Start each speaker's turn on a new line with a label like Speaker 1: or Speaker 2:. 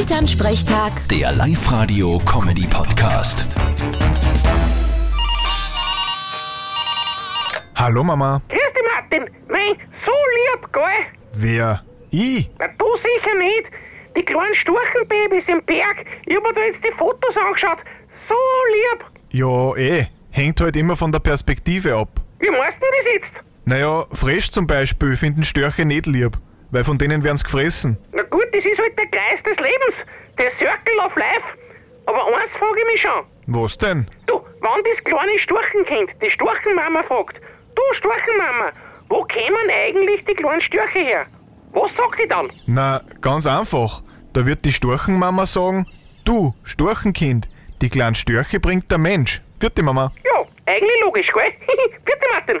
Speaker 1: Elternsprechtag,
Speaker 2: Der Live-Radio-Comedy-Podcast.
Speaker 3: Hallo Mama.
Speaker 4: Grüß dich, Martin. Nein, so lieb, gell?
Speaker 3: Wer? Ich?
Speaker 4: Na, du sicher nicht. Die kleinen Storchenbabys im Berg. Ich hab mir da jetzt die Fotos angeschaut. So lieb.
Speaker 3: Ja, eh. Hängt halt immer von der Perspektive ab.
Speaker 4: Wie meinst du denn das jetzt?
Speaker 3: Naja, Fresh zum Beispiel finden Störche nicht lieb, weil von denen werden's gefressen.
Speaker 4: Na gut, das ist halt der Kreis des Lebens. Der Circle of Life. Aber eins frage ich mich schon.
Speaker 3: Was denn?
Speaker 4: Du, wann das kleine Storchenkind die Storchenmama fragt. Du, Storchenmama, wo kämen eigentlich die kleinen Störche her? Was sagt die dann?
Speaker 3: Na, ganz einfach. Da wird die Storchenmama sagen, du, Storchenkind, die kleinen Störche bringt der Mensch. Vierte Mama.
Speaker 4: Ja, eigentlich logisch, gell? Bitte, Martin.